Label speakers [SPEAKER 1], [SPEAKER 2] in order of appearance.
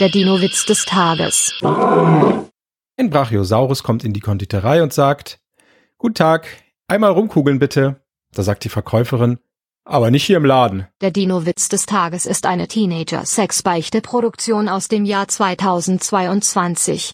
[SPEAKER 1] Der Dino-Witz des Tages.
[SPEAKER 2] Ein Brachiosaurus kommt in die Konditorei und sagt, Guten Tag, einmal rumkugeln bitte. Da sagt die Verkäuferin, aber nicht hier im Laden.
[SPEAKER 1] Der Dino-Witz des Tages ist eine Teenager-Sex-Beichte-Produktion aus dem Jahr 2022.